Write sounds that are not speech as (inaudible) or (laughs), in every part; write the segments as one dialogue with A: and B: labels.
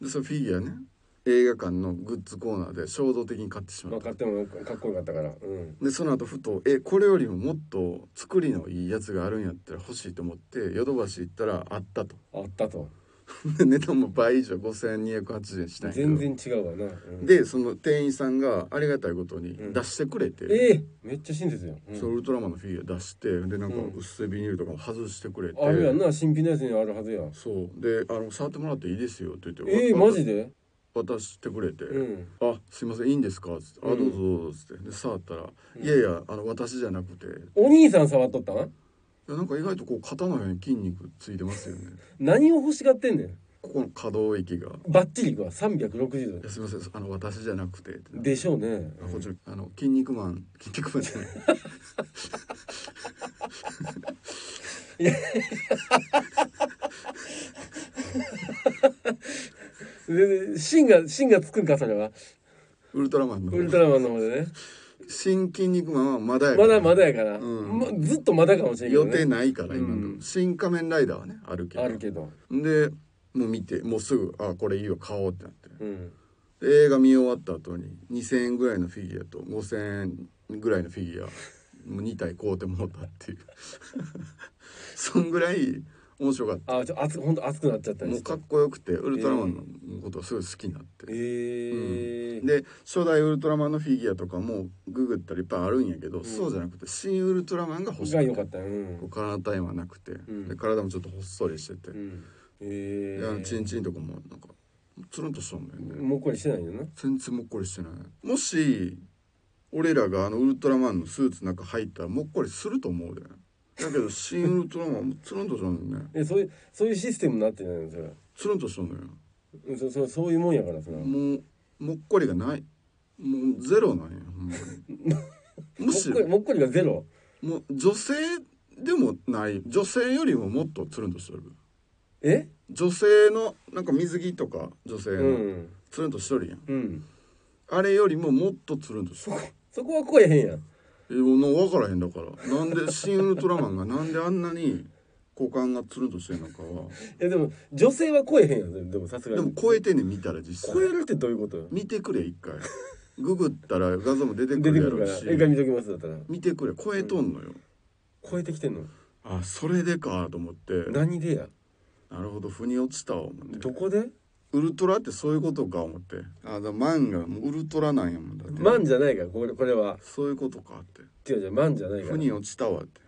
A: でそのフィギュアね映画館のグッズコーナーで衝動的に買ってしま
B: 分
A: っ
B: か
A: た
B: ってもかっこよかったからうん
A: でその後ふとえこれよりももっと作りのいいやつがあるんやったら欲しいと思ってヨドバシ行ったらあったと (laughs)
B: あったと
A: で値段も倍以上5280円したんやけど
B: 全然違うわな、うん
A: でその店員さんがありがたいことに
B: うん
A: 出してくれて、
B: ええめっちゃ親切やん、うん
A: そうウルトラマンのフィギュア出してでなんか
B: うん
A: 薄いビニールとかも外してくれて、
B: あるやんな新品のやつにあるはずやん
A: そうであの触ってもらっていいですよって言って、
B: ええ
A: わ
B: マジで
A: 渡してくれて、
B: うん
A: あすいませんいいんですか?」っつって「あ
B: う
A: ど
B: ん
A: うぞどうぞ」っつってで触ったら「
B: うん
A: いやいやあの私じゃなくてい
B: お兄さん触っとったん
A: やなんか意外とこう肩の辺に筋肉ついてます
B: (laughs)
A: よね
B: 何を欲しがってんねん
A: ここの可動域が
B: バッチリいくわ
A: 「
B: 360
A: いやすいませんあの私じゃなくて」って
B: 度でしょうね、うん
A: あこっちのあの筋肉マン筋肉マンじゃ
B: (laughs)
A: ない
B: でで芯が芯がつくんかそれは
A: ウルトラマンの
B: ウルトラマンの方でね
A: 新筋肉マンはまだやか
B: ま
A: ら
B: だまだやから、
A: うん
B: まずっとまだかもしれんけど、
A: 予
B: ね、
A: 定ないから今の、
B: うん
A: 新仮面ライダーはねあるけど
B: あるけど、
A: でもう見てもうすぐ「あこれいいわ買おう」ってなって
B: うん、
A: で映画見終わった後に2,000円ぐらいのフィギュアと5,000円ぐらいのフィギュアもう2体買うてもうたっていう (laughs) そんぐらい面白かっ
B: あちょ熱くほんと熱くなっちゃった
A: た
B: り
A: もう
B: して
A: かっこよくてウルトラマンのことをすごい好きになって、
B: ええ
A: で初代ウルトラマンのフィギュアとかもググったらいっぱいあるんやけど、
B: ん
A: そうじゃなくて新ウルトラマンが欲し
B: が良
A: く
B: か
A: て
B: ったよ、う
A: こうん体タイムはなくて、
B: ん
A: で体もちょっとほっそりしてて、
B: うん、
A: で
B: ええ
A: あのチンチンとかもなんかつるんとしたんだよね、
B: もっこりしてないよな
A: 全然もっこりしてないもし俺らがあのウルトラマンのスーツなんか入ったらもっこりすると思うでだけど新ウルトラマンはもうつるんとしたんだよね
B: えそういうそういうシステムになってないのそれは
A: つるんとしたんだよ
B: うんそそそういうもんやからそれは
A: もうもっこりがないもうゼロなんやほんまにむ
B: (laughs) もっ
A: し
B: こり
A: ろ
B: もっこりがゼロ
A: もう女性でもない女性よりももっとつるんとしてる
B: え
A: 女性のなんか水着とか女性
B: う
A: の
B: ん
A: つるんとしてるやん、
B: うん
A: あれよりももっとつるんとしてる
B: そこは超えへんやん
A: えもう分からへんだからなんで「新ウルトラマン」がなんであんなに股間がつるんとしてるのかは
B: えでも女性は超えへんやんでもでもさすが
A: で
B: に
A: も超えてんねん見たら実
B: 超え
A: 際
B: るってどういうことよ
A: 見てくれ一回ググったら画像も出て
B: 出
A: く
B: てく
A: るやろ
B: るか
A: う
B: ら
A: し
B: 映画見ときますだったら
A: 見てくれ超えとんのよ
B: 超えてきてんの
A: あそれでかと思って
B: 何でや
A: なるほど腑に落ちたわ思って
B: どこで
A: ウルトラってそういうことか思ってあだマンがもうウルトラなんやもんだって
B: マンじゃないからこれこれは
A: そういうことかって
B: 違う違うマンじゃないか
A: 腑
B: ら
A: に落ちたわって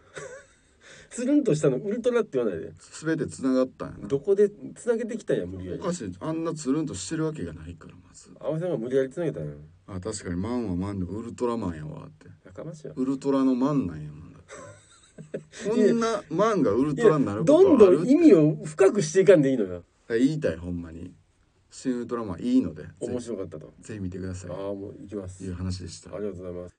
B: つるんとしたのウルトラって言わないで
A: 全てつながったんやな
B: どこでつなげてきたんや無理や
A: お
B: り
A: かしいあんなつるんとしてるわけがないからまず
B: 青井さんが無理やりつなげたんや
A: あ確かにマンはマンでもウルトラマンやわって
B: やかましいわ
A: ウルトラのマンなんやもんだって
B: (laughs)
A: こんなマンがウルトラになることは
B: どん
A: あ
B: ど
A: る
B: ん意味を深くしていかんでいいのよ
A: 言いたいほんまに新ウルトラマンいいのでぜ
B: 面白かったと
A: ひぜひ見てください
B: ああもう行きます
A: いう話でした
B: ありがとうございます